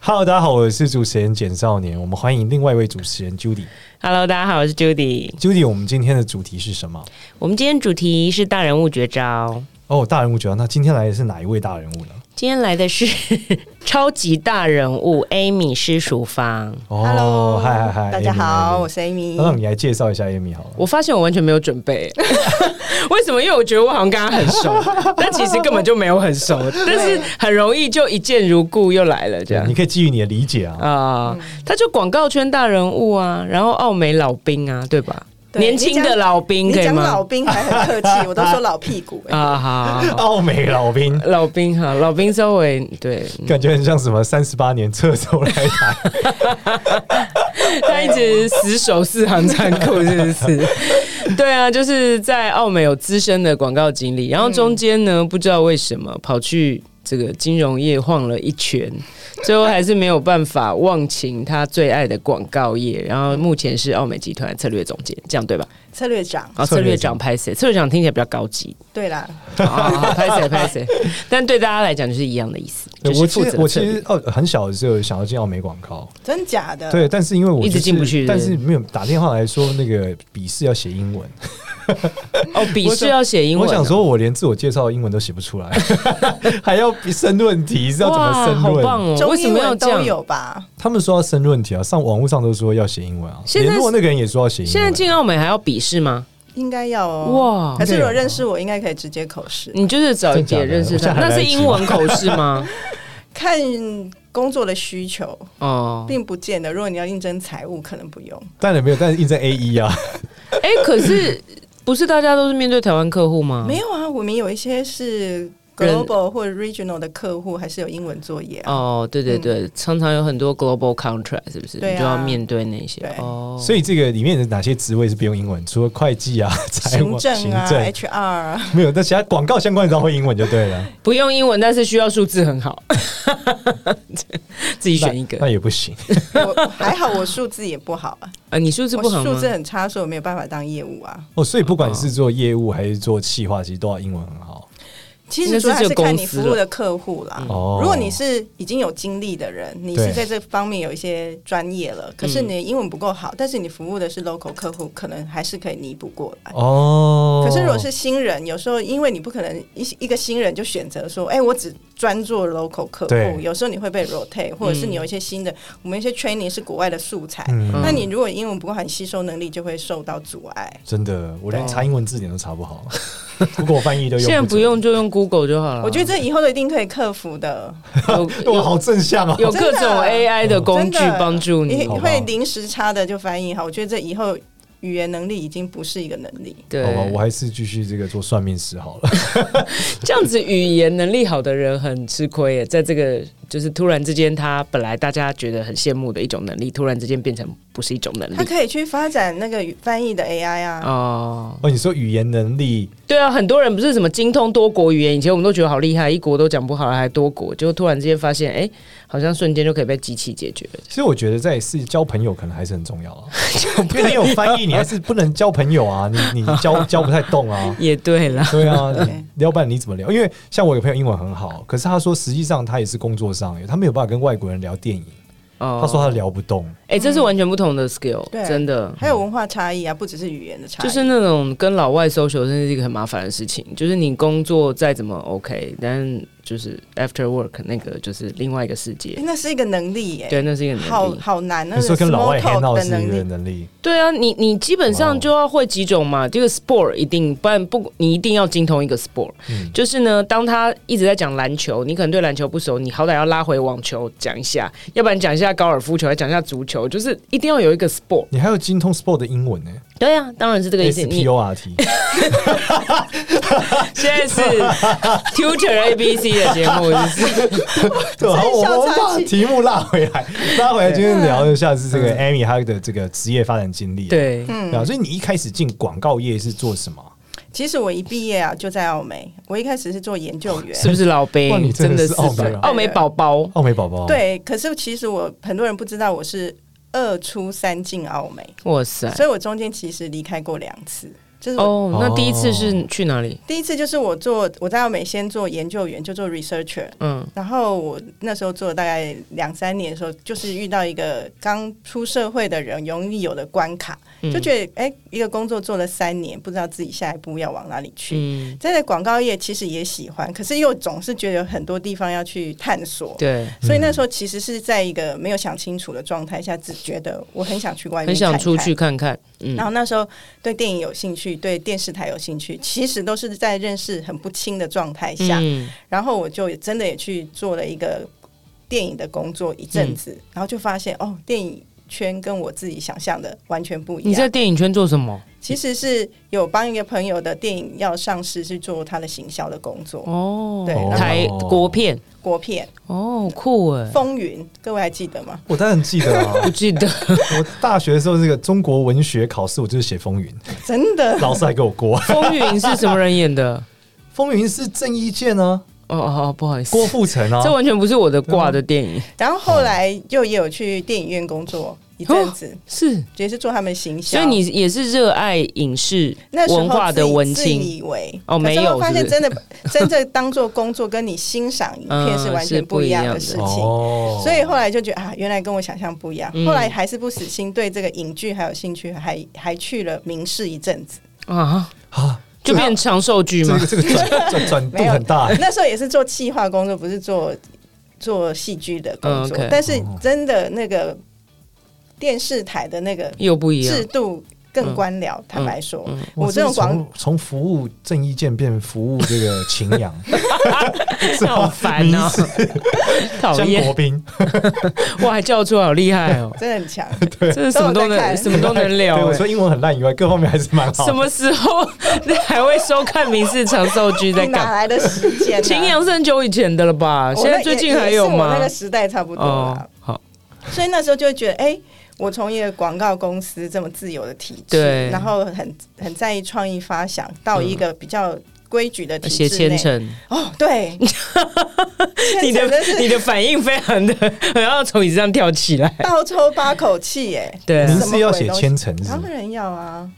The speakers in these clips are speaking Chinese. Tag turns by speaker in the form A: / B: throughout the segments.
A: Hello，大家好，我是主持人简少年。我们欢迎另外一位主持人 Judy。
B: Hello，大家好，我是 Judy。
A: Judy，我们今天的主题是什么？
B: 我们今天主题是大人物绝招。
A: 哦，大人物主要。那今天来的是哪一位大人物呢？
B: 今天来的是 超级大人物 Amy 施淑芳。
A: 哦，
C: Hello，
A: 嗨嗨嗨，
C: 大
B: 哎
C: 家好，
A: Amy，Amy
C: 我是 Amy。
B: 呃
A: 那让你来介绍一下 Amy 好了。
B: 我发现我完全没有准备， 为什么？因为我觉得我好像跟他很熟，但其实根本就没有很熟，但是很容易就一见如故又来了这
A: 对，
B: 样
A: 你。可以基于你的理解啊。
B: 啊、他就广告圈大人物啊，然后奥美老兵啊，对吧？
C: 对
B: 年轻的老兵
C: 你
B: 可以
C: 讲老
B: 吗？
C: 兵还很客 气，我都说老屁股、欸。
B: 啊，好好好
A: 奥美老兵，
C: 嗯
B: 老兵哈，老兵稍微对
A: 感觉很像什么三十八年侧手来台。
B: 他一直死守四行仓库，是不 是？对啊，就是在奥美有资深的广告经理，然后中间呢，不知道为什么跑去这个金融业晃了一 圈，最后还是没有办法忘情他最爱的广告业，然后目前是奥美集团策略总监，这样对吧？
C: 策略长，
B: 啊，
A: 策
B: 策
A: 略
B: 略长拍谁？策略长听起来比较 高级
C: 对啦，
B: 啊，拍谁拍谁？ 但对大家来讲就是一样的意思，就
A: 我
B: 是
A: 其
B: 负
A: 实
B: 责
A: 我
B: 策
A: 其
B: 略
A: 实哦，很小的时候想要进奥美广告，
C: 真假的？
A: 对，但是因为我、
B: 嗯一直进不去
A: 但
B: 是不
A: 是
B: 是
A: 没有打电话来说那个笔试要写英文，
B: 哦，笔试要写英文啊，
A: 我想说我连自我介绍的英文都写不 出来，还要申论题是要怎么
B: 哇，
A: 申
B: 好棒
A: 论？
B: 哦！
C: 中
B: 为什
C: 英
B: 么
C: 文
B: 要这
C: 都
B: 样？
C: 有吧？
A: 他们说要申论题啊，上网络上都说要写英文啊，
B: 现在
A: 联络那个人也说要写英文。啊
B: 现在进奥美还要笔试吗？
C: 应该要哦。
B: 哇啊
C: 可，是如
A: 对哦
C: 果认识我，应该可以直接口试。
B: 你就是早一
A: 真假的
B: 点认识
A: 我现
B: 他，
A: 在还
B: 那
A: 来
B: 是
A: 得及
B: 英文口试 吗？
C: 看工作的需求，
B: 哦，
C: 并不见得。如果你要应征财务，可能不用。
B: 嗯
A: 当然没有，但是印证 A 一啊，
B: 哎，可是不是大家都是面对台湾客户吗？
C: 没有啊，我们有一些是
B: 人
C: global 或 regional 的客户，还是有英文作业啊。
B: 哦，对对对，常常有很多 global contract，是不是？
C: 对啊
B: 你就要面对那些
C: 对
B: 哦。
A: 所以这个里面的哪些职位是不用英文？除了会计啊、
B: 哎
A: 财务
C: 行
A: 啊、
C: 政啊
A: 行
C: ，HR 啊，
A: 没有，但其他广告相关的都会英文就对了，
B: 不用英文，但是需要数字很好， 自己
A: 你
B: 选一个
A: 那。也不行。
C: 我 还好，我数字也不好啊，
B: 啊，你数字不
C: 我
B: 好吗？
C: 数字很差，所以我没有办法当业务啊。
A: 哦，所以不管是做业务还是做企划，其实都要英文很好。
C: 其实主要还是看你服务的客户啦。
A: 哦
C: 如果你是已经有经历的人，你
A: 对嗯
C: 是在这方面有一些专业了，可是你的英文不够好，但是你服务的是 local 客户，可能还是可以弥补过来。
A: 哦，
C: 哎可是如果是新人，有时候因为你不可能一一个新人就选择说，哎、我只专做 local 客
A: 对
C: 户，有时候你会被 rotate，或者是你有一些新的，我们一些 training 是国外的素材，
A: 嗯
C: 那你如果英文不够好，你吸收能力就会受到阻碍。
B: 嗯
A: 真的，我连
C: 对
A: 查英文字典都查不好， 不过我翻译都用
B: 现在
A: 不
B: 不
A: 准。
B: 用就用 Google 就
A: 啊
B: 好了。
C: 我觉得这以后都一定可以克服的。
B: 有
A: 哇，
B: 有
A: 好正向哦！
B: 有各
C: 真
B: 种
C: 的
B: AI 的工具
C: 真的
B: 帮助
C: 你
B: 你。
A: 好吧
C: 会临时差的就翻译好，我觉得这以后语言能力已经不是一个能力。
A: 好吧，
B: 对
A: 我，还是继续这个做算命师好了。
B: 这样子语言能力好的人很吃亏耶，在这个就是突然之间，他本来大家觉得很羡慕的一种能力，突然之间变成不是一种能
C: 他
B: 力。
C: 可以去发展那个语翻译的 AI 啊，
B: 哦，
A: 哦，你说语言能力，
B: 对啊，很多人不是什么精通多国语言，以前我们都觉得好厉害，一国都讲不好，还多国，结果突然之间发现，哎、好像瞬间就可以被机器解决了。
A: 其实我觉得在是交朋友可能还是很重要 啊。因为你有翻译，你还是不能交朋友啊，你你 交交不太动啊。
B: 也对啦，
A: 对啊，
C: 对
A: 你要不然你怎么聊？因为像我有朋友英文很好，可是他说实际上他也是工作上，他没有办法跟外国人聊电影，
B: 哦
A: 他说他聊不动。
B: 哎、这是完全不同的 skill，、
C: 对
B: 真的。
C: 还有文化差异啊，不只是语言的差异。
B: 就是那种跟老外 social 真是一个很麻烦的事情，就是你工作再怎么 OK，但就是 after work 那个就是另外一个世界
C: 诶。那是一个能力耶、
B: 对，那是一个能
C: 好
B: 力。
C: 好难啊！
A: 你说跟老外
C: small
A: hang
C: talk
A: out
C: 的
A: 是一
C: 能
A: 个
C: 力，
A: 能力，
B: 对啊，你你基本
A: 哦
B: 上就要会几种嘛，这个 sport 一定，不然不你一定要精通一个 sport。
A: 嗯
B: 就是呢，当他一直在讲篮球，你可能对篮球不熟，你好歹要拉回网球讲一下，要不然讲一下高尔夫球，还讲一下足球，就是一定要有一个 sport。
A: 你还有精通 sport 的英文呢、
B: 对啊，当然是这个意思。
A: S
B: 你
A: P O R T，
B: 现在是 Tutor ABC 的节目，就是
A: 对，啊 好，我
C: 笑
A: 们
C: 岔
A: 把
C: 气
A: 题目拉回来，拉回来，今天聊一下是这个 Amy 她的这个职业发展经历。，啊
C: 嗯
B: 对。
A: 啊，所以你一开始进广告业是做什么？
C: 其实我一毕业啊就在澳美，我一开始是做研究员，
B: 是不是老杯
A: 哇你？真的是
B: 的是
A: 澳美啊
B: 澳美宝宝，
A: 奥美宝宝，，
C: 对，可是其实我很多人不知道我是二出三进澳美，
B: 哇塞！
C: 所以我中间其实离开过两次，就是我
B: 哦，那第一次是去哪里？
C: 第一次就是我做我在澳美先做研究员，就做 researcher，
B: 嗯，
C: 然后我那时候做了大概两三年的时候，就是遇到一个刚出社会的人容易有的关卡，
B: 嗯
C: 就觉得哎、一个工作做了三年，不知道自己下一步要往哪里去。
B: 嗯，
C: 在广告业其实也喜欢，可是又总是觉得有很多地方要去探索。
B: 对，
C: 所以那时候其实是在一个没有想清楚的状态下，只觉得我很想去外面，
B: 很想出去。看看。嗯
C: 然，后那时候对电影有兴趣，对电视台有兴趣，其实都是在认识很不清的状态下。
B: 嗯，
C: 然后我就真的也去做了一个电影的工作一阵子，
B: 嗯
C: 然后就发现哦，电影圈跟我自己想象的完全不一
B: 你在
C: 样。
B: 电影圈做什么？
C: 其实是有帮一个朋友的电影要上市，去做他的行销的工作，
B: 哦
C: 对然，后
B: 台国片。
C: 国片
B: 哦，酷哎，
C: 《风云》，各位还记得吗？
A: 我当然记得啊
B: 不，记得。
A: 我大学的时候这个中国文学考试，我就是写风云，
C: 真的，
A: 老师还给我 过。
B: 风云是什么人演的？
A: 风云是郑伊健啊，
B: 哦哦，不好意思，
A: 郭富城啊
B: 这，完全不是我的挂的电影，
C: 然后后来又也有去电影院工作一阵子，
B: 是。
C: 也是做他们行销。
B: 哦所以你也是热爱影视
C: 那时候
B: 文化的文
C: 自己
B: 青
C: 自以为
B: 哦
C: 可
B: 没
C: 是
B: 有
C: 后发现
B: 是
C: 真的真正当做工作，跟你欣赏影片是
B: 嗯
C: 完
B: 是
C: 全
B: 不
C: 不
B: 一
C: 一样
B: 样的
C: 的事情。
A: 哦
C: 所以后来就觉得啊，原来跟我想象不一样。
B: 嗯
C: 后来还是不死心，对这个影剧还有兴趣，还还去了明视一阵子。
B: 啊，
A: 啊，
B: 就变长寿剧
A: 这
B: 吗
A: 个？这个转转转度
C: 没有
A: 很大，
C: 那时候也是做企划工作，不是做做戏剧的工作。
B: 嗯，OK
C: 但是真的那个电视台的那个
B: 又不一样
C: 制。度更官僚，坦白说，
B: 嗯
C: 我这
A: 真的
C: 种广！
A: 从从服务郑伊健变服务这个秦阳，是吧
B: 好烦哦
A: 迷失
B: 讨
A: 江
B: 厌
A: 哦国斌，
B: 哇，还叫出来好厉害哦
C: 真的很强。
B: 这什么都
C: 都有在
B: 能，
C: 看
B: 什么都能聊
A: 对我
C: 欸
B: 哎。
A: 说英文很烂以外，各方面还是蛮好的。
B: 什么时候 还会收看《民事长寿剧》 在
C: 哪
B: 干？
C: 来的时 间、啊？
B: 秦阳是很久以前的了吧？
C: 我那
B: 现在最近还有
C: 也也是我
B: 吗
C: 那个？时代差不多啊
B: 哦
C: 了，，
B: 好，
C: 所以那时候就会觉得，哎、我从一个广告公司这么自由的体制，
B: 对
C: 然后很很在意创意发想，到一个比较规矩的体制
B: 写
C: 内。
B: 千层，
C: 哦，对，
B: 你
C: 千
B: 的
C: 层真是
B: 你的反应非常的， 我要从椅子上跳起来。
C: 倒抽八口气，哎，
B: 对，啊
A: 您
C: 什么
A: 是要写
C: 鬼东西
A: 千层是
C: 当
A: 不是？
C: 然要啊，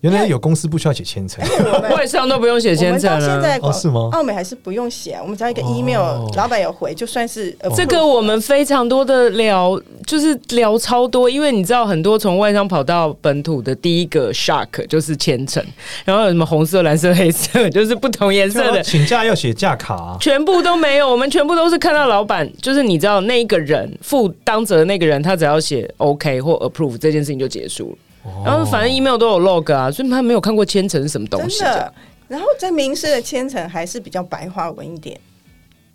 A: 原来有公司不需要写千 层，
C: 我们。
B: 外商都不用写
C: 我
B: 千
C: 们
B: 层
C: 到现在
B: 了。
A: 哦是吗
C: 澳美还是不用写，我们只要一个
A: 哦
C: email，、老板有回，就算是呃
B: 这个我们非常多的聊，就是聊超多，因为你知道很多从外商跑到本土的第一个 shock 就是千层，然后有什么红色、蓝色、黑色，就是不同颜色 的，
A: 请假要写假卡啊，
B: 全部都没有，我们全部都是看到老板，就是你知道那一个人负当责的那个人，他只要写 OK 或 approve 这件事情就结束了。哦然后反正 email 都有 log 啊，所以他没有看过千层是什么东
C: 真
B: 西啊这样
C: 的。然后在民事的千层还是比较白话文一点。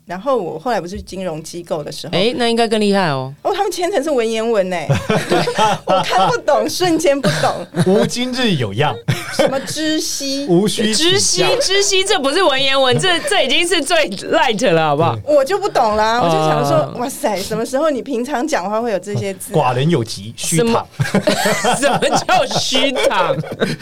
C: 然后我后来不是金融机构的时候，
B: 哎、那应该更厉害 哦。
C: 哦，他们千层是文言文呢，欸 我看不懂，瞬间不懂
A: 无今日有 样，
C: 什么知悉，
A: 无需
B: 知
A: 请
B: 悉
A: 假，
B: 知悉，这不是文言文，这这已经是最 light 了，好不好？
C: 我就不懂啦。我就想
B: 啊
C: 说，哇塞，什么时候你平常讲话会有这些字啊？
A: 寡人有疾，虚
B: 什么
A: 躺，
B: 什么叫虚躺？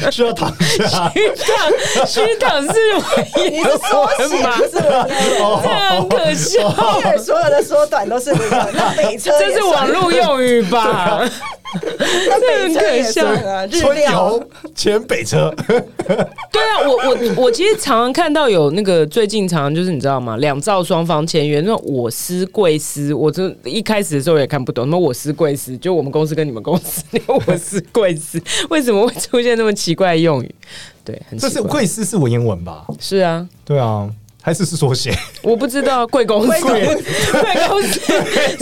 A: 需要躺
C: 啊
A: 下。
B: 虚躺，虚躺是文
C: 你
B: 言
C: 是缩写
B: 文吗？
C: 不是文言
A: 哦
C: 文？
B: 这很可笑，
C: 这所有的缩短都是文言文，那北车也
B: 这是网络用语吧？
C: 算，那北车也
B: 这很可
C: 算啊，日
A: 春
C: 料
A: 游前北车，
B: 对啊，我我我其实常常看到有那个最近常常就是你知道吗？两造双方签约，那种我司贵司，我真的一开始的时候也看不懂，那么我司贵司就我们公司跟你们公司，我司贵司为什么会出现那么奇怪的用语？对，很
A: 这
B: 奇
A: 是
B: 怪。
A: 贵司是文言文吧？
B: 是啊，
A: 对啊，还是是缩写？
B: 我不知道贵公司，
C: 贵公
B: 贵公司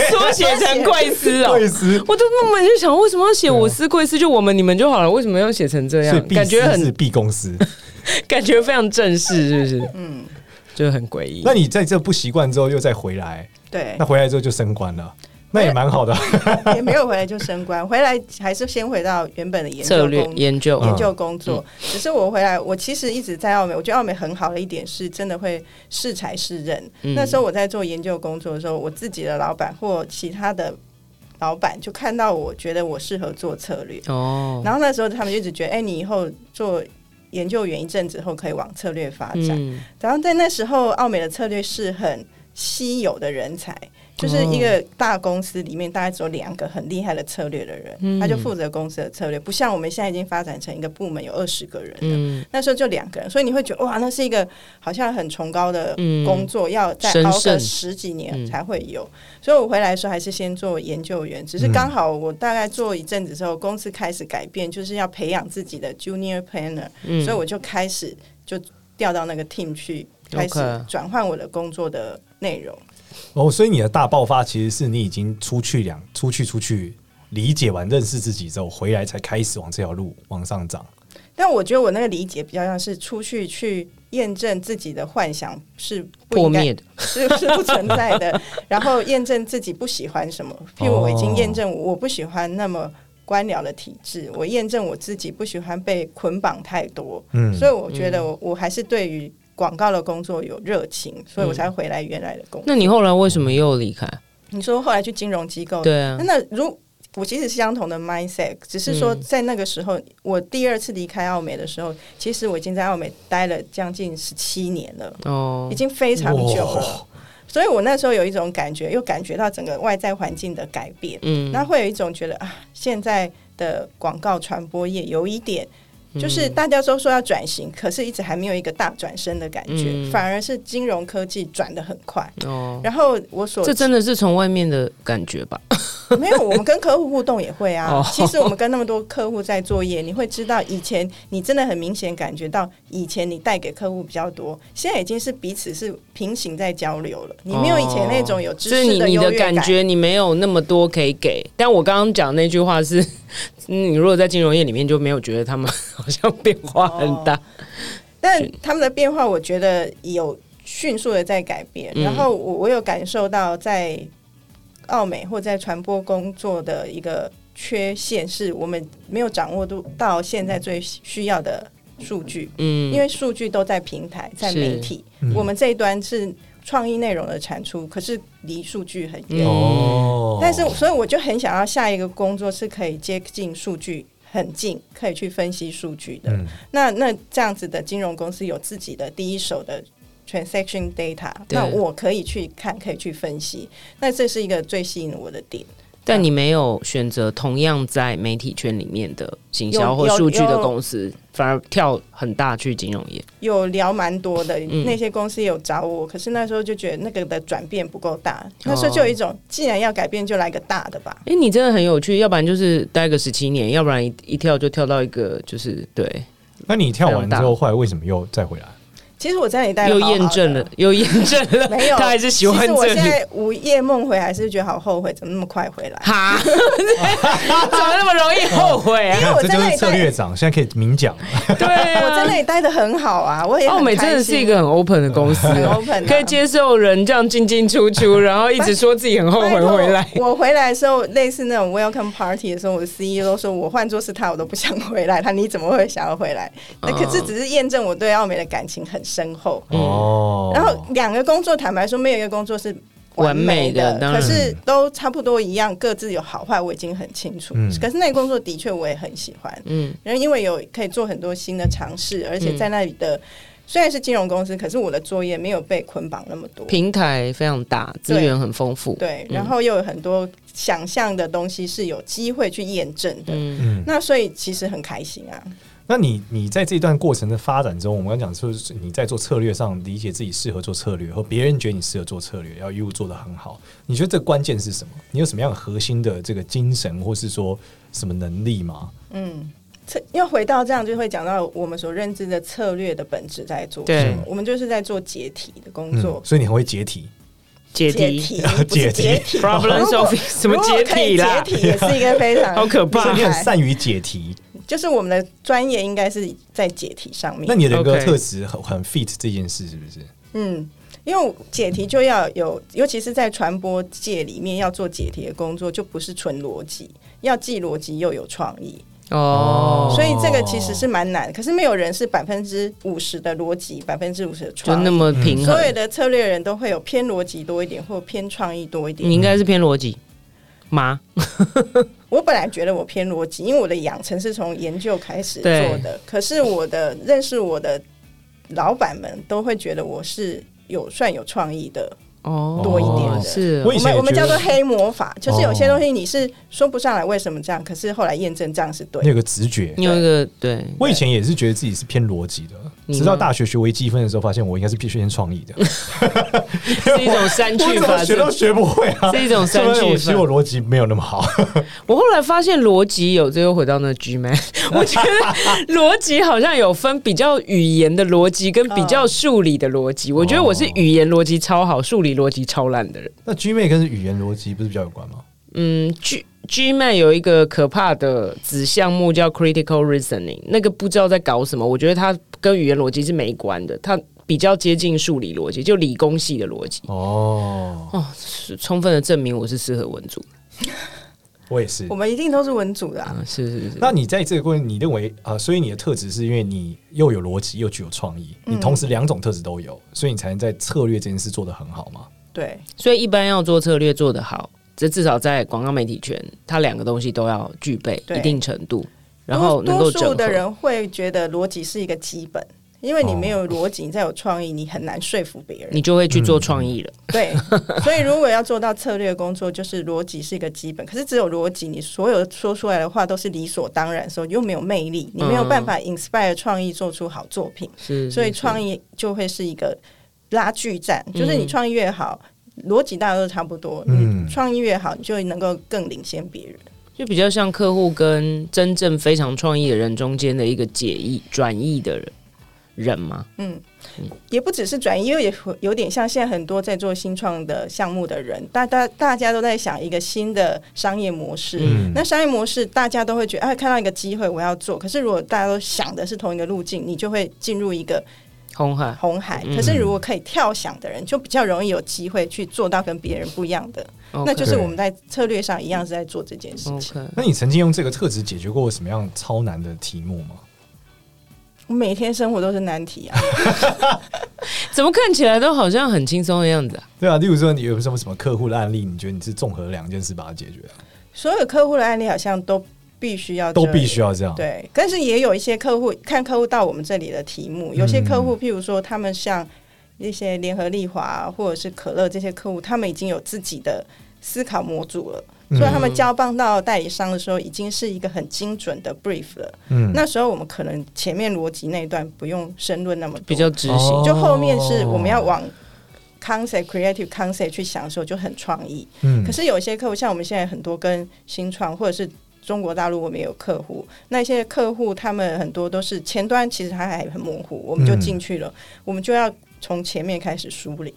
B: 缩写成贵司
C: 啊
B: 哦。
A: 贵司，
B: 我都根本就想，为什么要写我司贵司？就我们你们就好了，为什么要写成这
A: 所以
B: 样？
A: B
B: 感觉
A: 是
B: 很
A: B 公 司。
B: 感觉非常正式，是不是？嗯，就很诡异。
A: 那你在这不习惯之后又再回来，
C: 对
A: 那，回来之后就升官了，那也蛮好的。
C: 也没有回来就升官，回来还是先回到原本的研
B: 策
C: 究
B: 略
C: 工
B: 研究，
A: 嗯
B: 啊
C: 研究工作。只是我回来，我其实一直在澳美，我觉得澳美很好的一点是真的会适才适任。
B: 嗯
C: 那时候我在做研究工作的时候，我自己的老板或其他的老板就看到我觉得我适合做策略，
B: 哦，
C: 然后那时候他们就一直觉得，哎、你以后做。研究员一阵子后，可以往策略发展。
B: 嗯，
C: 然后在那时候，奥美的策略是很稀有的人才，就是一个大公司里面大概只有两个很厉害的策略的人，
B: 嗯
C: 他就负责公司的策略，不像我们现在已经发展成一个部门有二十个人了。
B: 嗯，
C: 那时候就两个人，所以你会觉得哇，那是一个好像很崇高的
B: 嗯
C: 工作，要再
B: 神
C: 熬
B: 圣
C: 个十几
B: 嗯
C: 年才会有。所以我回来的时候还是先做研究员，只是刚好我大概做一阵子之后，公司开始改变，就是要培养自己的 junior planner，、
B: 嗯
C: 所以我就开始就调到那个 team 去，开始
B: OK
C: 转换我的工作的内容。
A: 哦，所以你的大爆发其实是你已经出去两出去出去理解完认识自己之后，回来才开始往这条路往上涨。
C: 但我觉得我那个理解比较像是出去去验证自己的幻想是不
B: 破
C: 应该
B: 灭的，
C: 是是不存在的。 然后验证自己不喜欢什么，譬如我已经验证我不喜欢那么官僚的体制，我验证我自己不喜欢被捆绑太多，
A: 嗯，
C: 所以我觉得我我还是对于广告的工作有热情，所以我才回来原来的工
A: 嗯
C: 作。
B: 那你后来为什么又离开？
C: 你说后来去金融机构，
B: 对啊，
C: 那如我其实是相同的 mindset，只是说
A: 嗯
C: 在那个时候，我第二次离开澳美的时候，其实我已经在澳美待了将近十七年了，
B: 哦
C: 已，经非常久了。
A: 哇
C: 所以我那时候有一种感觉，又感觉到整个外在环境的改变，
B: 嗯，
C: 那会有一种觉得啊，现在的广告传播业有一点，
B: 嗯
C: 就是大家都说要转型，可是一直还没有一个大转身的感觉，
B: 嗯
C: 反而是金融科技转的很快。
B: 哦，
C: 然后我所
B: 这真的是从外面的感觉吧？
C: 没有，我们跟客户互动也会啊
B: 哦。
C: 其实我们跟那么多客户在作业，你会知道以前你真的很明显感觉到，以前你带给客户比较多，现在已经是彼此是平行在交流了。你没有以前那种有知
B: 哦所以
C: 识
B: 你
C: 的
B: 你
C: 优
B: 的
C: 越
B: 感
C: 感。
B: 觉你没有那么多可以给，但我刚刚讲那句话是， 你如果在金融业里面就没有觉得他们好像变化很
C: 哦
B: 大，
C: 但他们的变化，我觉得有迅速的在改变。
B: 嗯
C: 然后我我有感受到，在澳美或在传播工作的一个缺陷，是我们没有掌握度到现在最需要的数据，
B: 嗯，
C: 因为数据都在平台、在
B: 是
C: 媒体，
A: 嗯
C: 我们这一端是创意内容的产出，可是离数据很远。
B: 嗯
A: 哦，
C: 但是，所以我就很想要下一个工作是可以接近数据很近，可以去分析数据的。
A: 嗯，
C: 那那这样子的金融公司有自己的第一手的 transaction data，
B: 对
C: 那我可以去看，可以去分析。那这是一个最吸引我的点。
B: 但你没有选择同样在媒体圈里面的行销
C: 有
B: 或
C: 有
B: 数据的
C: 有
B: 公司，反而跳很大去金融业。
C: 有聊蛮多的，
B: 嗯
C: 那些公司有找我，可是那时候就觉得那个的转变不够大，那时
B: 哦
C: 候就有一种，既然要改变，就来个大的吧。
B: 哎、你真的很有趣，要不然就是待个十七年，要不然一一跳就跳到一个就是对，
A: 那你跳完之
B: 非常
A: 后，后来为什么又再回来？
C: 其实我在那里待得
B: 又
C: 好好的
B: 验证了，又验证了，
C: 没 有，
B: 他还是喜欢
C: 其实我
B: 这
C: 现
B: 里。
C: 在午夜梦回，还是觉得好后悔，怎么那么快回来？
B: 哈， 怎么那么容易后悔
A: 你
B: 啊？
A: 看，
C: 我
A: 这
C: 在
A: 就
C: 那
A: 是
C: 里
A: 策
C: 待
A: 略长，现在可以明讲了。
B: 对啊，
C: 我在那里待得很好啊，我也很
B: 奥美
C: 开
B: 真的
C: 心
B: 是一个很 open 的公 司，
C: 很 open，啊
B: 可以接受人这样进进出出，然后一直说自己很后
C: 拜
B: 悔
C: 托
B: 回来。
C: 我回来的时候，类似那种 welcome party 的时候，我的 CEO 都说，我换做是他，我都不想回来。他你怎么会想要回来？
B: 嗯
C: 那可是只是验证我对奥美的感情很深厚。
A: 哦，
C: 嗯然后两个工作，坦白说，没有一个工作是完
B: 完
C: 美
B: 美的当然
C: 可是都差不多一样，各自有好坏，我已经很清楚。
A: 嗯
C: 可是那个工作的确我也很喜欢，
B: 嗯，
C: 然后因为有可以做很多新的尝试，而且在那里的、虽然是金融公司，可是我的作业没有被捆绑那么多。
B: 平台非常大，资源很丰富。
C: 对，
B: 嗯
C: 然后又有很多想象的东西是有机会去验证的。
B: 嗯，
A: 嗯，
C: 那所以其实很开心啊，
A: 那你你在这段过程的发展中，我们刚讲说是你在做策略上理解自己适合做策略，和别人觉得你适合做策略，要一路做得很好。你觉得这关键是什么？你有什么样核心的这个精神，或是说什么能力吗？
C: 嗯。这要回到这样，就会讲到我们所认知的策略的本质在做
B: 对
C: 什么。我们就是在做解体的工作，
A: 嗯所以你很会解体。
B: 嗯解
C: 解
B: 题
C: 体不是解体
B: problem
C: 如果
B: solving 什么
C: 如果
B: 解
C: 可以
B: 体啦？
C: 解体也是一个非 常
B: 好可怕
A: 所以你很
C: 厉害
A: 善于解 题，
C: 就是我们的专业应该是在解体上面。
A: 那你的人格
B: OK
A: 特质很很 fit 这件事是不是？
C: 嗯，因为解题就要有，尤其是在传播界里面要做解题的工作，就不是纯逻辑，要既逻辑又有创意，
B: 哦，
C: 所以这个其实是蛮难。可是没有人是百分之五十的逻辑，百分之五十的
B: 就
C: 创意。
B: 那么平
A: 嗯
C: 所有
B: 衡。
C: 的策略人都会有偏逻辑多一点，或偏创意多一点。
B: 你应该是偏逻辑，吗？
C: 我本来觉得我偏逻辑，因为我的养成是从研究开始做
B: 对
C: 的。可是我的认识我的老板们都会觉得我是有算有创意的。
B: 哦，
A: 多一点
C: 的
B: 是
A: 我
B: 哦
A: 以
C: 我
A: 前
C: 们
A: 也
C: 我们
A: 觉
C: 叫
A: 得
C: 做黑魔法，就是有些
A: 哦
C: 东西你是说不上来为什么这样，可是后来验证这样是对
A: 你
C: 的。
A: 有个直觉。
B: 你有一个 对，
A: 我以前也是觉得自己是偏逻辑的，
B: 你吗
A: 直到大学学微积分的时候，发现我应该是必须先创意的。
B: 是一种删
A: 我
B: 去
A: 怎么
B: 法
A: 学
B: 则
A: 都。学不会啊！
B: 是一种删去法
A: 所以我其实我逻辑没有那么好。
B: 我后来发现逻辑有，这又回到那 G man，我觉得逻辑好像有分比较语言的逻辑跟比较数理的逻辑。我觉得我是语言逻辑超好，数理逻辑超烂的人。
A: 那 G 妹跟语言逻辑不是比较有关吗？
B: 嗯，G G man 有一个可怕的子项目叫 critical reasoning，那个不知道在搞什么。我觉得它跟语言逻辑是没关的，它比较接近数理逻辑，就理工系的逻辑。
A: 哦，
B: 哦，是充分的证明我是适合文组。
A: 我也是
C: 我。们一定都是文组的、啊，
B: 啊，是是是。
A: 那你在这个过程，你认为啊、呃所以你的特质是因为你又有逻辑又具有创意，
C: 嗯
A: 你同时两种特质都有，所以你才能在策略这件事做得很好嘛？
C: 对，
B: 所以一般要做策略做得好，这至少在广告媒体圈，它两个东西都要具备
C: 对
B: 一定程度，然后能够
C: 多多
B: 整合
C: 数。的人会觉得逻辑是一个基本，因为你没有逻辑，你再有创意，你很难说服别人。
B: 你就会去做创意了。
C: 对，所以如果要做到策略工作，就是逻辑是一个基本。可是只有逻辑，你所有说出来的话都是理所当然的时候，又没有魅力，你没有办法 inspire 创意做出好作品。
B: 是，
C: 所以
B: 是
C: 创
B: 是
C: 意就会是一个拉锯战，就是你创意越好，逻辑大家都差不多，
A: 嗯
C: 嗯，创意越好，你就能够更领先别人。
B: 就比较像客户跟真正非常创意的人中间的一个解译、转译的人人嘛。
C: 也不只是转移，因为也有点像现在很多在做新创的项目的人，大大大家都在想一个新的商业模式。
A: 嗯
C: 那商业模式大家都会觉得，哎、啊，看到一个机会我要做。可是如果大家都想的是同一个路径，你就会进入一个
B: 红海
C: 红海。
B: 嗯
C: 可是如果可以跳想的人，就比较容易有机会去做到跟别人不一样的。那就是我们在策略上一样是在做这件事情。
B: OK，
A: 那你曾经用这个特质解决过什么样超难的题目吗？
C: 我每天生活都是难题啊，
B: 怎么看起来都好像很轻松的样子啊？
A: 对啊，例如说你有什么什么客户的案例，你觉得你是综合两件事把它解决的，
C: 所有客户的案例好像都必须要
A: 都
C: 这
A: 必
C: 样
A: 须要这样。
C: 啊对，但是也有一些客户看客户到我们这里的题
A: 嗯
C: 目，有些客户，譬如说他们像一些联合利华或者是可乐这些客户，他们已经有自己的思考模组了，
A: 嗯
C: 所以他们交棒到代理商的时候，已经是一个很精准的 brief 了。
A: 嗯，
C: 那时候我们可能前面逻辑那一段不用深论那么多，
B: 比较执行。
A: 哦
C: 就后面是我们要往 concept creative concept 去想的时候就很创意。
A: 嗯
C: 可是有一些客户，像我们现在很多跟新创或者是中国大陆，我们也有客户，那些客户他们很多都是前端其实他还很模糊，我们就进去了，我们就要从前面开始梳理。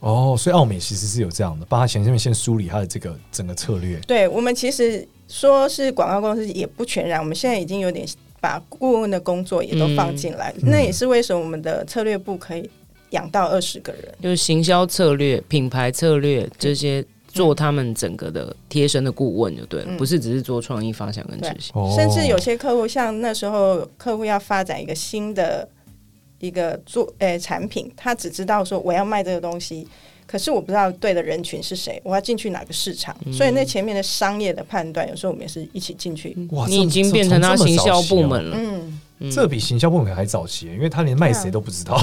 A: 哦，所以奥美其实是有这样的，帮他前面先梳理他的这个整个策略。
C: 对我们其实说是广告公司也不全然，我们现在已经有点把顾问的工作也都放进来，那也是为什么我们的策略部可以养到二十个人。
B: 就是行销策略、品牌策略这些，做他们整个的贴身的顾问就对了，
C: 嗯
B: 不是只是做创意发想跟执行。
A: 哦，
C: 甚至有些客户，像那时候客户要发展一个新的一个做诶、产品，他只知道说我要卖这个东西，可是我不知道对的人群是谁，我要进去哪个市场，
B: 嗯
C: 所以那前面的商业的判断，有时候我们也是一起进去。
A: 哇，
B: 你已
A: 这
B: 经变成他行销部，门
A: 这
B: 了，
C: 嗯，
A: 这这比行销部门还早期，因为他连卖
B: 啊
A: 谁都不知道，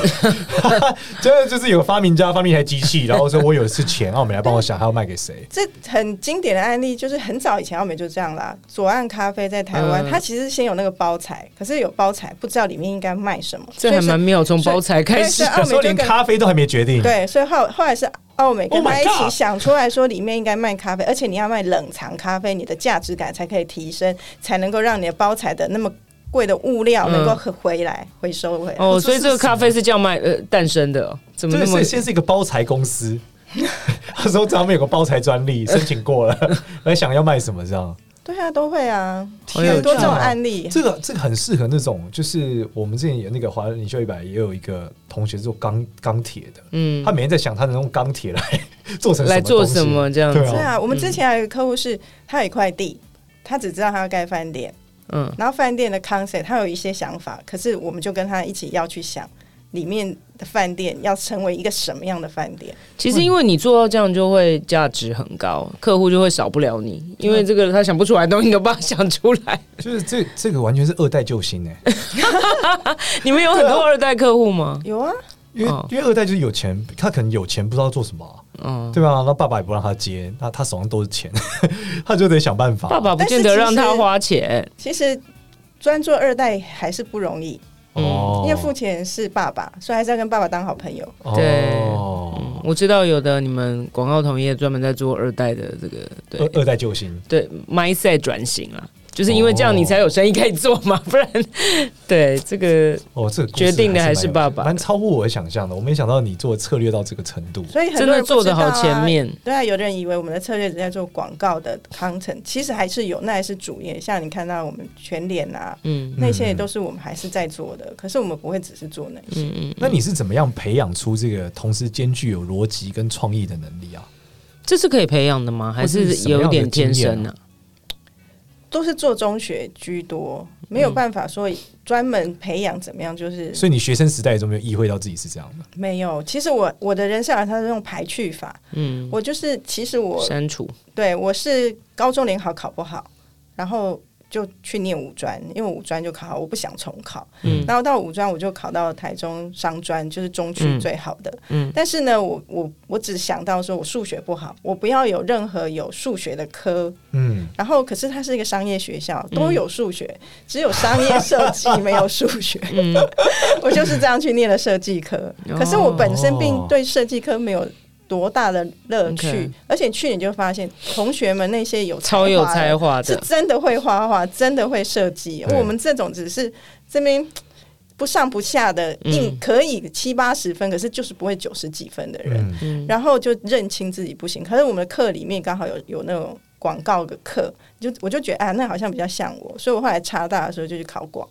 A: 真的就是有个发明家发明一台机器，然后说我有一次钱，奥美来帮我想他要卖给谁。
C: 这很经典的案例就是很早以前澳美就这样啦。左岸咖啡在台湾，
B: 嗯
C: 它其实先有那个包材，可是有包材不知道里面应该卖什么，
B: 这
C: 所以
B: 还
C: 是
B: 蛮妙，从包材开始
C: 对。是
A: 那时候连咖啡都还没决定，
C: 对，所以后后来是奥美跟
A: 嗯 Oh my
C: 他一
A: God
C: 起想出来说，里面应该卖咖啡，而且你要卖冷藏咖啡，你的价值感才可以提升，才能够让你的包材的那么贵的物料
B: 嗯
C: 能够回回来、回收回来。
B: 哦，所以这个咖啡是叫卖呃诞生的、哦，怎么
A: 这
B: 那么
A: 是先是一个包材公司， 他说咱们有个包材专利申请过 了，来想要卖什么这样。
C: 对啊，都会啊，
A: 好有
C: 很多
A: 趣
C: 这
A: 哦
C: 种案例。
A: 这个这个很适合那种，就是我们之前有那个华人领袖一百也有一个同学做钢钢铁的，
B: 嗯
A: 他每天在想他能用钢铁来 做成
B: 来做
A: 东西
B: 什么这样
A: 对
B: 子？
C: 对
A: 啊，
C: 啊，我们之前还有一个客户是，他有一块地，他只知道他要盖饭店，
B: 嗯，
C: 然后饭店的 concept 他有一些想法，可是我们就跟他一起要去想。里面的饭店要成为一个什么样的饭店。
B: 其实因为你做到这样，就会价值很高，客户就会少不了你，因为这个他想不出来的东西，你都帮他想出来。
A: 就是这这个完全是二代救星哎、
B: 你们有很
A: 啊
B: 多二代客户吗？
C: 有啊，
A: 因为、
B: 哦
A: 因为二代就是有钱，他可能有钱不知道做什么啊、
B: 嗯，
A: 对吧？那爸爸也不让他接，那他手上都是钱， 他就得想办法。
B: 爸爸不见
C: 但
B: 得
C: 是其实
B: 让他花钱，
C: 其实专做二代还是不容易，
A: 哦
C: 嗯因为付钱是爸爸，所以还是要跟爸爸当好朋友。
B: 对
C: 嗯
A: 哦
B: 我知道有的你们广告同业专门在做二代的这个，对
A: 二二代救星。
B: 对，mindset 转型啊，就是因为这样
A: 哦
B: 你才有生意可以做嘛，不然 对这个
A: 哦，这个故事
B: 决定的还是
A: 蛮有
B: 爸爸
A: 蛮超乎我的想象的。我没想到你做策略到这个程度。
C: 所以很
B: 真
C: 多
B: 的
C: 人不
B: 做的
C: 知
B: 好
C: 道啊
B: 前。面。
C: 对啊，有的人以为我们的策略只在做广告的 content，其实还是有，那还是主业。像你看到我们全脸啊，
B: 嗯
C: 那些也都是我们还是在做的，可是我们不会只是做那些。
B: 嗯嗯，
A: 那你是怎么样培养出这个同时兼具有逻辑跟创意的能力啊？
B: 这是可以培养的吗？还
A: 或
B: 是
A: 是什么样的
B: 有一点天
A: 经验
B: 生啊
C: 啊
B: 呢、
C: 都是做中学居多，没有办法说专门培养怎么样，就是
A: 所以你学生时代有没有意会到自己是这样的？
C: 没有。其实我我的人生好像是用排序法，
B: 嗯，
C: 我就是其实我
B: 删 除。
C: 对我是高中联考考不好，然后就去念五专，因为五专就考好，我不想重考。
B: 嗯
C: 然后到五专我就考到台中商专，就是中区
B: 嗯
C: 最好的。
B: 嗯
C: 但是呢，我我我只想到说我数学不好，我不要有任何有数学的科
A: 嗯，
C: 然后，可是它是一个商业学校，都有数学，只有商业设计没有数学。
B: 嗯，
C: 我就是这样去念了设计科，
B: 哦
C: 可是我本身并对设计科没有多大的乐趣，
B: OK
C: 而且去年就发现同学们那些有
B: 超有
C: 的
B: 才华
C: 是
B: 的，
C: 真的会画画，真的会设计。
A: 对
C: 我们这种只是这边不上不下的，
B: 嗯
C: 硬可以七八十分，可是就是不会九十几分的人。
A: 嗯
B: 嗯，
C: 然后就认清自己不行。可是我们的课里面刚好有有那种广告的课，就我就觉得啊，那好像比较像我，所以我后来插大的时候就去考广，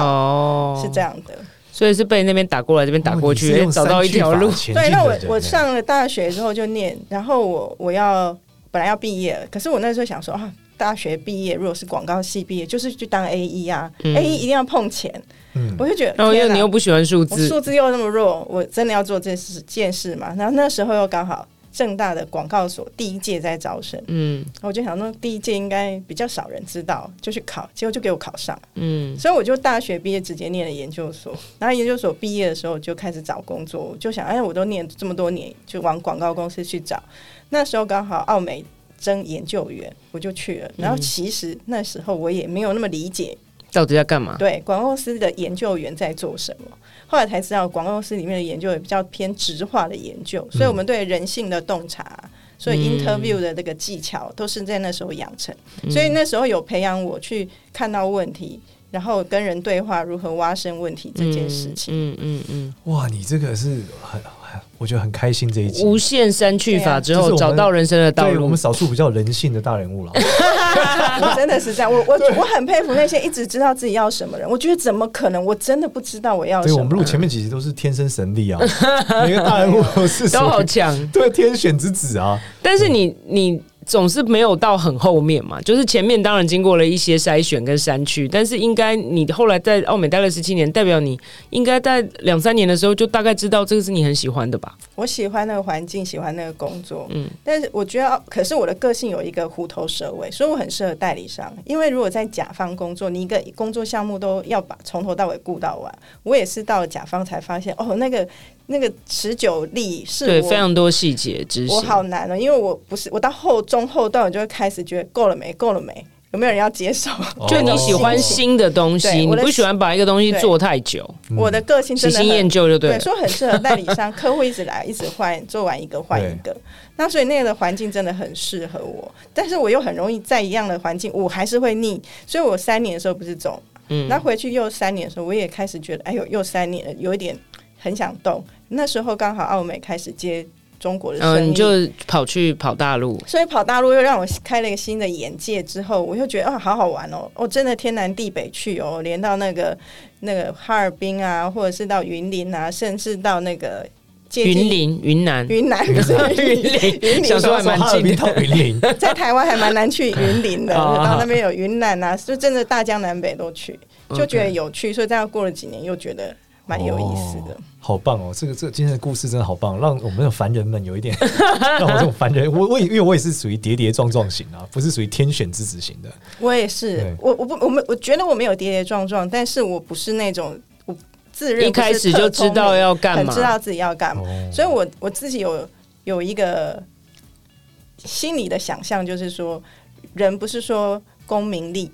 B: 哦
C: 是这，样的。
B: 所以是被那边打过来，这边打过
A: 哦
B: 去，
A: 你是
B: 哎
A: 用
B: 找到一条路
A: 三句法前
C: 对，
A: 进
C: 那
A: 的
C: 我
A: 人
C: 我
A: 欸
C: 上了大学之后就念，然后我我要本来要毕业了，可是我那时候想说啊。大学毕业，如果是广告系毕业，就是去当 A E 啊、
B: 嗯
C: a E 一定要碰钱，
A: 嗯
C: 我就觉 得，
B: 然后又
C: 天哪
B: 你又不喜欢数
C: 我
B: 字，
C: 数字又那么弱，我真的要做这事件事嘛？然后那时候又刚好正大的广告所第一届在招生，
B: 嗯
C: 我就想说第一届应该比较少人知道，就去考，结果就给我考上，
B: 嗯
C: 所以我就大学毕业直接念了研究所，然后研究所毕业的时候就开始找工作，我就想，哎，我都念这么多年，就往广告公司去找。那时候刚好澳美征研究员，我就去了。然后其实那时候我也没有那么理解，
B: 到底在干嘛？
C: 对广告公司的研究员在做什么。后来才知道，广告公司里面的研究也比较偏直化的研究，所以我们对人性的洞察。所以 interview 的这个技巧都是在那时候养成，所以那时候有培养我去看到问题，然后跟人对话，如何挖深问题这件事情。
B: 嗯嗯嗯
A: 哇，你这个是很，很我觉得很开心这一
B: 嗯，
A: 集。
B: 无限删去法之
A: 对啊这
B: 后，
A: 是我
B: 找
A: 们
B: 到人生的道
A: 对我
B: 路
A: 们。少数比较人性的大人物 了，
C: 我真的是这样，我我我很佩服那些一直知道自己要什么人，我觉得怎么可能？我真的不知道我要
A: 所以
C: 什
A: 我们
C: 么。
A: 录前面几集都是天生神力啊，每个大人物都是
B: 都好
A: 属于
B: 强，
A: 对天选之子啊，
B: 但是你你总是没有到很后面嘛，就是前面当然经过了一些筛选跟删去，但是应该你后来在澳美待了十七年，代表你应该在两三年的时候就大概知道这个是你很喜欢的吧？
C: 我喜欢那个环境，喜欢那个工作，
B: 嗯
C: 但是我觉得，可是我的个性有一个虎头蛇尾，所以我很适合代理商。因为如果在甲方工作，你一个工作项目都要把从头到尾顾到完。我也是到了甲方才发现，哦，那个那个持久力是
B: 对，
C: 我
B: 非常多细节执
C: 我
B: 行。
C: 好难哦，因为我不是我到后中后段，我就会开始觉得够了没，够了没，有没有人要接手？
B: 就你
A: 哦
B: 喜欢新的东西，
C: 对
B: 你
C: 我的
B: 不喜欢把一个东西做太久，
C: 我的个性
B: 喜
C: 真的
B: 新
C: 很
B: 厌旧就对了。
C: 所以很适合代理商，客户一直来，一直换，做完一个换一个。那所以那个的环境真的很适合我，但是我又很容易在一样的环境，我还是会腻。所以我三年的时候不是走，
B: 嗯
C: 那回去又三年的时候，我也开始觉得，哎呦，又三年了，有一点很想动。那时候刚好澳美开始接中国的
B: 嗯、
C: 生意，
B: 你就跑去跑大陆，
C: 所以跑大陆又让我开了一个新的眼界，之后我又觉得啊，好好玩哦！哦，真的天南地北去哦，连到那个那个哈尔滨啊，或者是到云林啊，甚至到那个接近
B: 云林、云南、
C: 云南
B: 云 林，
C: 林
B: 想说还蛮
A: 哈尔
B: 近
A: 滨
B: 的。
A: 到云林，
C: 在台湾还蛮难去云林 的，
B: 啊
C: 就到那边有云南啊，就真的大江南北都去，就觉得有趣，所以这样过了几年又觉得蛮有意思的。
A: 哦好棒哦！这个这个今天的故事真的好棒，让我们这种凡人们有一点， 让我这种凡人，我我也因为我也是属于跌跌撞撞型啊，不是属于天选之子型的。
C: 我也
A: 对
C: 是，我我不我们我觉得我没有跌跌撞撞，但是我不是那种我自认
B: 一开始
C: 不是
B: 就
C: 特聪
B: 知
C: 明
B: 道要干嘛
C: 很知道自己要干嘛，
A: 哦
C: 所以我我自己有有一个心里的想象，就是说，人不是说功名利，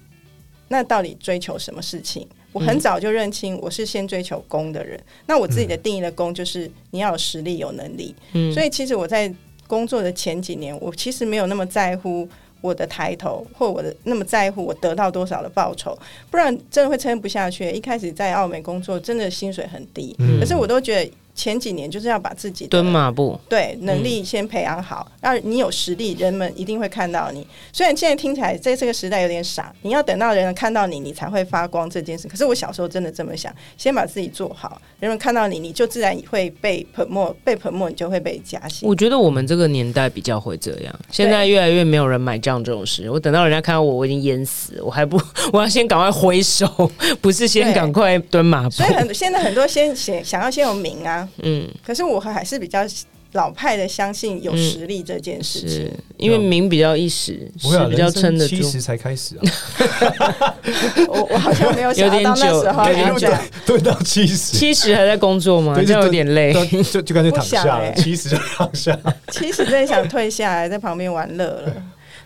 C: 那到底追求什么事情？
B: 嗯
C: 我很早就认清我是先追求功的人，那我自己的定义的功就是你要有实力、有能力。
B: 嗯
C: 所以其实我在工作的前几年，我其实没有那么在乎我的抬头，或我的那么在乎我得到多少的报酬，不然真的会撑不下去。一开始在澳美工作，真的薪水很低，
A: 嗯
C: 可是我都觉得前几年就是要把自己的
B: 蹲马步，
C: 对能力先培养好，
B: 嗯
C: 那、你有实力，人们一定会看到你。虽然现在听起来在这个时代有点傻，你要等到人看到你，你才会发光这件事。可是我小时候真的这么想，先把自己做好，人们看到你，你就自然会被捧墨，被捧墨你就会被加薪。
B: 我觉得我们这个年代比较会这样，现在越来越没有人买账这种事。我等到人家看到我，我已经淹死了，我还不， 我要先赶快挥手， 不是先
C: 对
B: 赶快蹲马步
C: 所以。很现在很多先想想要先有名啊，
B: 嗯，
C: 可是我还是比较老派的，相信有实力这件事情。
B: 是因为名比较一时，
A: 不会啊
B: 是比较撑得住
A: 人生七。十才开始 啊，
C: 我我好像没有想
B: 有点
C: 到到那
B: 久
C: 时
B: 有
C: 候还
B: 点
C: 要
B: 久
C: 这样。
A: 蹲到七十，
B: 七十还在工作吗？
A: 对
B: 这
A: 就
B: 样有点累。
A: 就就就干脆躺下
C: 不想
B: 哎
A: 了，
C: 欸
A: 七十就躺 下。
C: 其实真的想退下来，在旁边玩乐了。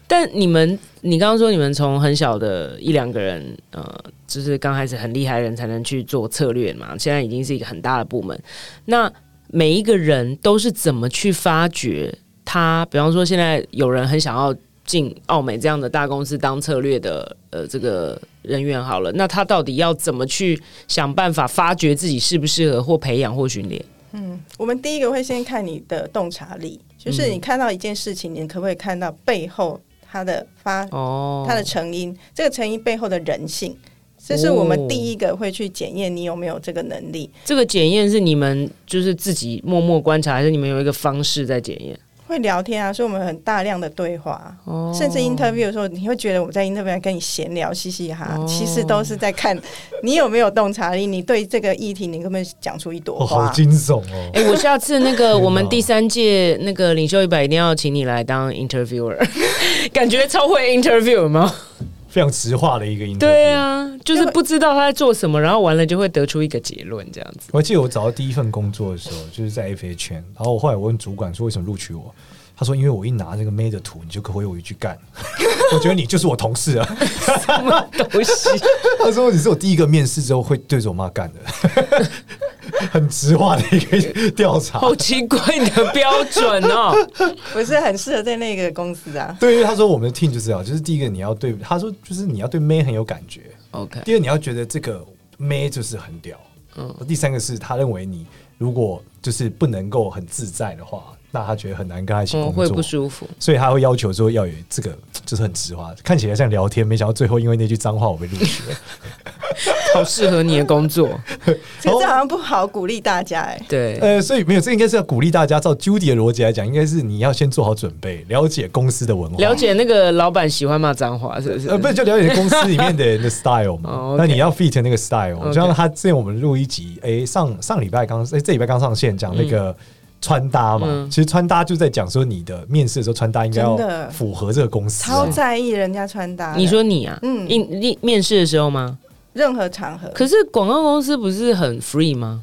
B: 但你们，你刚刚说你们从很小的一两个人，呃，就是刚开始很厉害的人才能去做策略嘛，现在已经是一个很大的部门。那每一个人都是怎么去发掘他？比方说，现在有人很想要进奥美这样的大公司当策略的，呃，这个人员好了，那他到底要怎么去想办法发掘自己适不适合，或培养或训练？
C: 我们第一个会先看你的洞察力，就是你看到一件事情，你可不可以看到背后它的发
B: 哦，
C: 它的成因，这个成因背后的人性。这是我们第一个会去检验你有没有这个能力，
B: 这个检验是你们就是自己默默观察，还是你们有一个方式在检验？
C: 会聊天啊，所以我们很大量的对话，
B: 哦
C: 甚至 interview 的时候，你会觉得我们在 interview 跟你闲聊嘻嘻哈，哈，
B: 哦
C: 其实都是在看 你有没有洞察力，你对这个议题你根本讲出一朵
A: 哦，好
C: 花。
A: 惊悚哦！
B: 哎、我下次那个
A: 天哪
B: 我们第三届那个领袖一百一定要请你来当 interviewer，感 觉超会 interview 吗？
A: 非常直话的一个音。
B: 对，啊，就是不知道他在做什么，然后完了就会得出一个结论这样 子。
A: 我记得我找到第一份工作的时候，就是在 FA 圈，然后我后来我问主管说为什么录取我，他说因为我一拿这个妹的图，你就可回我一句干， 我觉得你就是我同事啊。
B: 东西
A: 他说你是我第一个面试之后会对着我妈干的， 很直话的一个调查。
B: 好奇怪的标准哦，
C: 不是很适合在那个公司啊。
A: 对，因为他说我们的 team 就是这样，就是第一个你要对，他说就是你要对妹很有感觉，
B: OK，
A: 第二你要觉得这个妹就是很屌，嗯
B: 嗯，
A: 第三个是他认为你如果就是不能够很自在的话，那他觉得很难跟他一起
B: 嗯，
A: 工
B: 会
A: 作，
B: 不舒服。
A: 所以他会要求说要有这个就是很直话，看起来像聊天，没想到最后因为那句脏话我被录取 了。
B: 好适合你的工作，
C: 其实这好像不好鼓励大家哎、
B: 对，
A: 呃，所以没有，这应该是要鼓励大家。照 Judy 的逻辑来讲，应该是你要先做好准备，了解公司的文化，
B: 了解那个老板喜欢骂脏话是不是？
A: 呃，不是就了解公司里面的 人的 style 嘛
B: 哦？
A: 那
B: OK
A: 你要 fit 那个 style。
B: OK
A: 就像他之前我们录一集，诶，上上礼拜刚，诶，这礼拜刚上线讲那个穿搭嘛，
B: 嗯
A: 其实穿搭就在讲说你的面试的时候穿搭应该要
C: 真的
A: 符合这个公司啊、
C: 超在意人家穿搭的。
B: 你说你啊，
C: 嗯
B: 应面面试的时候吗？
C: 任何场合，
B: 可是广告公司不是很 free 吗？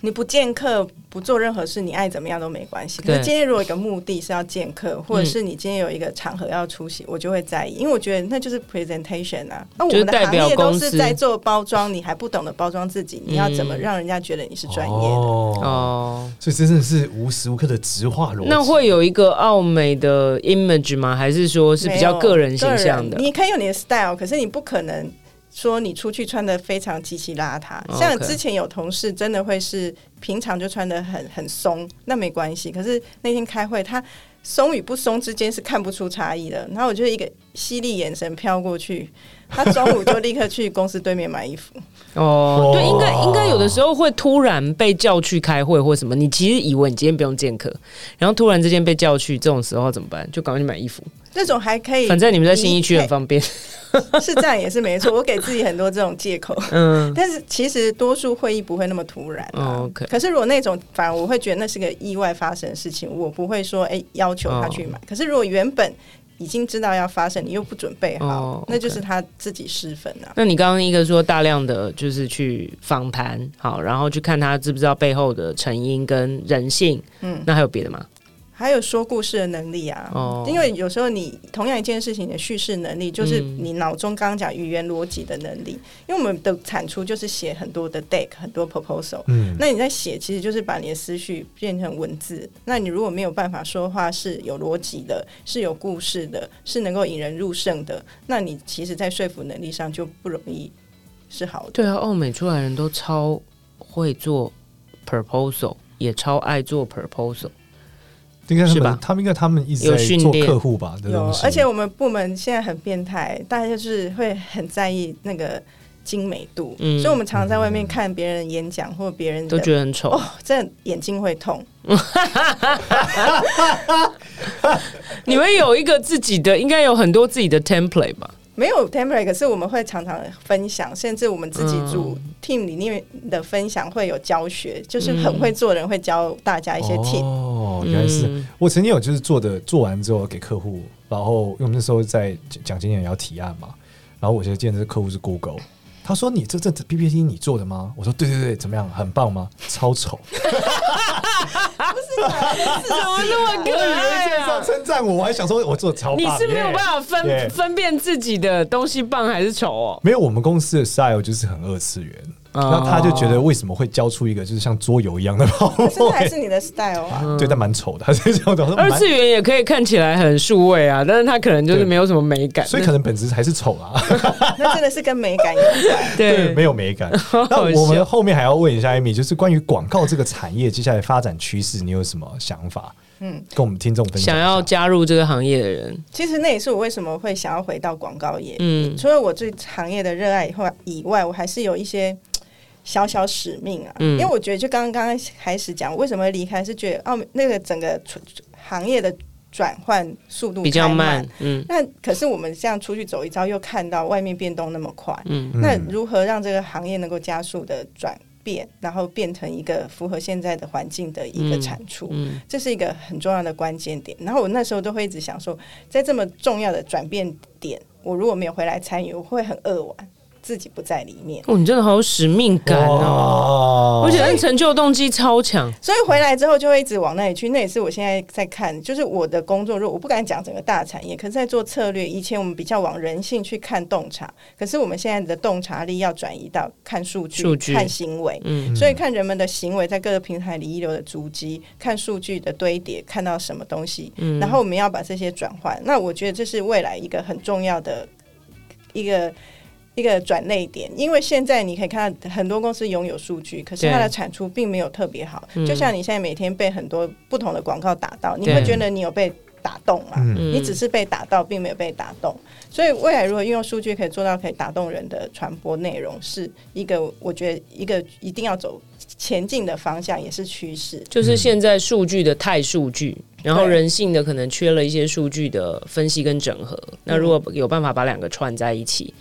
C: 你不见客，不做任何事，你爱怎么样都没关系。可
B: 对嗯
C: 是今天如果有一个目的是要见客，或者是你今天有一个场合要出席，我就会在意，因为我觉得那就是 presentation 啊。那我
B: 嗯就是
C: 们的
B: 代
C: 行
B: 表
C: 业都
B: 公司嗯
C: 是在做包装，你还不懂得包装自己，你要怎么让人家觉得你是专业的？
A: 哦，
B: 哦，
A: 所以真的是无时无刻的直话逻辑。
B: 那会有一个奥美的 image 吗？还是说是比较个人形象的
C: 没有个人？你可以有你的 style，可是你不可能说你出去穿的非常极其邋遢。
B: 哦 OK
C: 像之前有同事真的会是平常就穿的很很松，那没关系。可是那天开会，他松与不松之间是看不出差异的。然后我就一个犀利眼神飘过去，他中午就立刻去公司对面买衣服。
B: 哦，
A: 哇
B: 对，应该应该有的时候会突然被叫去开会或什么，你其实以为你今天不用见客，然后突然之间被叫去，这种时候怎么办？就赶快去买衣服，
C: 这种还可 以，
B: 反正你们在新一区很方 便。
C: 是这样也是没错，我给自己很多这种借口。
B: 嗯，
C: 但是其实多数会议不会那么突然、啊
B: 哦，OK
C: 可是如果那种，反而我会觉得那是个意外发生的事情，我不会说哎、要求他去买。
B: 哦
C: 可是如果原本已经知道要发生，你又不准备好，
B: 哦
C: 那就是
B: OK
C: 他自己失分啊。
B: 那你刚刚一个说大量的就是去访谈，好，然后去看他知不知道背后的成因跟人性，嗯
C: 嗯，
B: 那还有别的吗？
C: 还有说故事的能力啊，
B: 哦
C: 因为有时候你同样一件事情的叙事能力，就是你脑中刚刚讲语言逻辑的能力。因为我们的产出就是写很多的 deck，很多 proposal，
A: 嗯，
C: 那你在写，其实就是把你的思绪变成文字。那你如果没有办法说话是有逻辑的，是有故事的，是能够引人入胜的，那你其实，在说服能力上就不容易是好的。
B: 对啊，欧美出来人都超会做 proposal，也超爱做 proposal。
A: 应该
B: 是
A: 是
B: 吧
A: 吧？他们应该他们一直
B: 有
A: 在
B: 训
A: 做
B: 练
A: 客户吧的
C: 有
A: 东西，，
C: 而且我们部门现在很变态，大家就是会很在意那个精美度，
B: 嗯
C: 所以我们常常在外面看别人演讲或别人
B: 都
C: 的。
B: 觉得很丑，
C: 哦，真的眼睛会痛，
B: 你们有一个自己的，应该有很多自己的 template 吧？
C: 没有 template，可是我们会常常分享，甚至我们自己组
B: 嗯
C: team 里面的分享会有教学，就是很会做人会教大家一些 tip。
A: 哦，原来是、
B: 嗯
A: 我曾经有就是做的做完之后给客户，然后因为我们那时候在讲讲经验也要提案嘛，然后我就见这客户是 Google。他说：“你这这这 PPT 你做的吗？”我说：“对对对，怎么样？很棒吗？超丑！
B: 怎么那么
A: 我
B: 可
A: 以为
B: 爱
A: 这样
B: 啊？
A: 称赞我，我还想说我做的超棒。
B: 你是没有办法
A: Yeah
B: 分
A: Yeah
B: 分辨自己的东西棒还是丑哦。
A: 没有，我们公司的 style 就是很二次元。然后他就觉得为什么会教出一个就是像桌游一样的泡
C: 可是那
A: 沫、
C: 还是你的 style 啊，
A: 对，但蛮丑的，他是这样的。我说
B: 二
A: 蛮
B: 次元也可以看起来很数位啊，但是它可能就是
A: 对
B: 没有什么美感。
A: 所以可能本质还是丑啦。
C: 那真的是跟美感有关。
A: 对，
B: 对
A: 没有美感。那
B: 好
A: 我
B: 笑
A: 们后面还要问一下艾米，就是关于广告这个产业接下来发展趋势，你有什么想法？嗯
C: 嗯，
A: 跟我们听众分享
B: 想
A: 一下。
B: 要加入这个行业的人，
C: 其实那也是我为什么会想要回到广告业。
B: 嗯
C: 除了我对行业的热爱以后以外，我还是有一些小小使命啊。
B: 嗯
C: 因为我觉得，就刚刚开始讲，我为什么会离开，是觉得哦，那个整个行业的转换速度
B: 比较
C: 太
B: 慢，嗯
C: 那可是我们这样出去走一遭，又看到外面变动那么快，
B: 嗯
A: 嗯
C: 那如何让这个行业能够加速的转变，然后变成一个符合现在的环境的一个产出？
B: 嗯，
C: 这是一个很重要的关键点。然后我那时候都会一直想说，在这么重要的转变点，我如果没有回来参与，我会很扼腕，自己不在里面。
B: 哦，你真的好有使命感哦，
A: 哇
B: 而且那成就动机超强，
C: 所以回来之后就会一直往那里去，那也是我现在在看，就是我的工作，如果我不敢讲整个大产业，可是在做策略，以前我们比较往人性去看洞察，可是我们现在的洞察力要转移到看数据、
B: 数据
C: 看行为，
B: 嗯
C: 所以看人们的行为在各个平台里遗留的足迹，看数据的堆叠，看到什么东西，
B: 嗯
C: 然后我们要把这些转换。那我觉得这是未来一个很重要的一个一个转类点，因为现在你可以看到很多公司拥有数据，可是它
B: 对
C: 的产出并没有特别好。
B: 嗯
C: 就像你现在每天被很多不同的广告打到，你
B: 对
C: 会觉得你有被打动啊。
A: 嗯
B: 嗯
C: 你只是被打到，并没有被打动。所以未来如果运用数据可以做到可以打动人的传播内容，是一个我觉得一个一定要走前进的方向，也是趋势。
B: 就是现在数据的太数据，然后
C: 嗯对
B: 人性的可能缺了一些数据的分析跟整合。
C: 嗯
B: 那如果有办法把两个串在一起，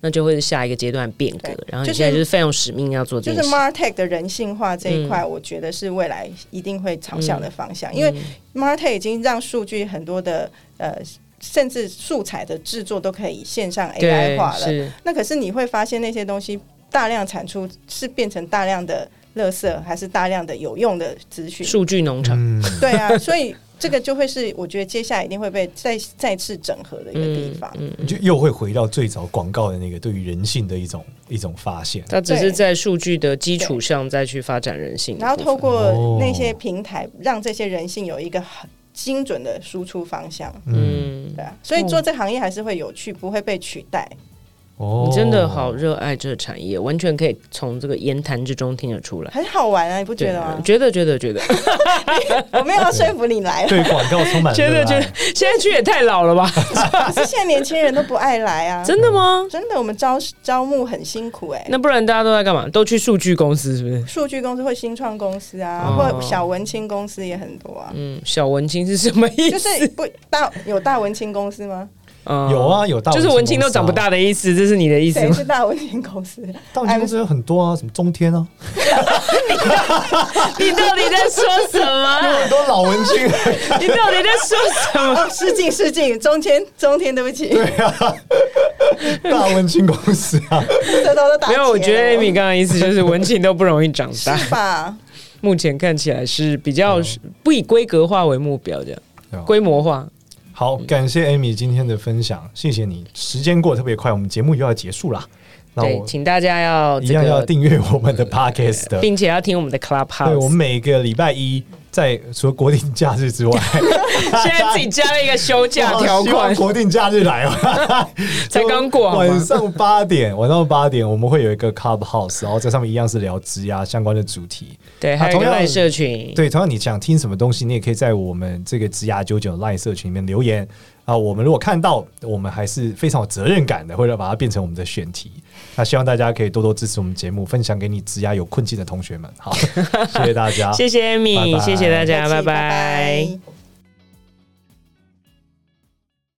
B: 那就会是下一个阶段变革
C: 对。
B: 然后你
C: 就是
B: 现在就是非常有使命要做这
C: 就
B: 件
C: 是
B: 事。
C: Martech 的人性化这一
B: 嗯
C: 块，我觉得是未来一定会朝向的方向，因为 Martech 已经让数据很多的呃，甚至素材的制作都可以线上 AI
B: 对
C: 化，了。
B: 是
C: 那可是你会发现那些东西大量产出是变成大量的垃圾，还是大量的有用的资讯？
B: 数据农场。
A: 嗯，
C: 对啊，所以这个就会是我觉得接下来一定会被再再次整合的一个地方。
A: 你就又会回到最早广告的那个对于人性的一种一种发现。
B: 它只是
C: 对
B: 在数据的基础上再去发展人性的部分，
C: 然后透
A: 哦
C: 过那些平台，让这些人性有一个很精准的输出方向。
A: 嗯，
B: 嗯，
C: 对啊，所以做这行业还是会有趣，不会被取代。
A: 哦
B: 嗯你真的好热爱这个产业，完全可以从这个言谈之中听得出来。
C: 很好玩啊，你不
B: 对
C: 觉得吗？
B: 觉得觉得觉 得，
C: 我没有要说服你来了，
A: 对广告充满热
B: 觉
A: 爱
B: 得觉得，现在去也太老了 吧？
C: 可是现在年轻人都不爱来啊，
B: 真的吗？
C: 真的，我们招招募很辛苦哎、
B: 那不然大家都在干嘛？都去数据公司是不是？
C: 数据公司或新创公司啊，
B: 哦
C: 或小文青公司也很多啊。
B: 嗯，小文青是什么意
C: 就
B: 思？
C: 是不大有大文青公司吗？
B: 嗯
A: 有，啊有大
B: 就是文青都
A: 公司啊
B: 长不，大的意思，这是你的意思
C: 谁
B: 吗？
C: 是大文青公司？
A: 大文青公司有很多啊，什么中天啊，
B: 你到底在说什 么？
A: 很多老文青，
B: 你到底在说 什么？
C: 哦，失敬失敬，中天中天，对不起，
A: 大文青公司啊，
C: 这都都打
B: 没有，我
C: 结
B: 觉得
C: 了
B: Amy 刚刚的意思就是文青都不容易长 大，
C: 是吧？
B: 目前看起来是比
A: 哦
B: 较不以规格化为目标，这样
A: 对啊
B: 规模化。
A: 好，感谢 Amy 今天的分享，谢谢你。时间过得特别快，我们节目又要结束啦。那
B: 对，
A: 我
B: 请大家要
A: 一
B: 这
A: 样要
B: 个，嗯
A: 订阅我们的 Podcast 的，
B: 并且要听我们的
A: 对我
B: Clubhouse
A: 们。每个礼拜一在除了国定假日之外，
B: 现在自己加了一个休假条
A: 我希望
B: 款，
A: 国定假日来哦，
B: 才刚过好吗
A: 晚上八点，晚上八点我们会有一个 Clubhouse，然后在上面一样是聊职涯相关的主题。
B: 对，还有一
A: 同
B: 个
A: 样
B: 赖社群，
A: 对，同样你想听什么东西，你也可以在我们这个职涯九九 Line 社群里面留言啊。我们如果看到，我们还是非常有责任感的，会把它变成我们的选题。那希望大家可以多多支持我们节目，分享给你职涯有 困境的同学们。好，谢谢大家，
B: 谢
A: 拜
B: 谢 Amy，
A: 拜
B: 谢谢大家，
C: 客气
B: 拜拜。
C: 拜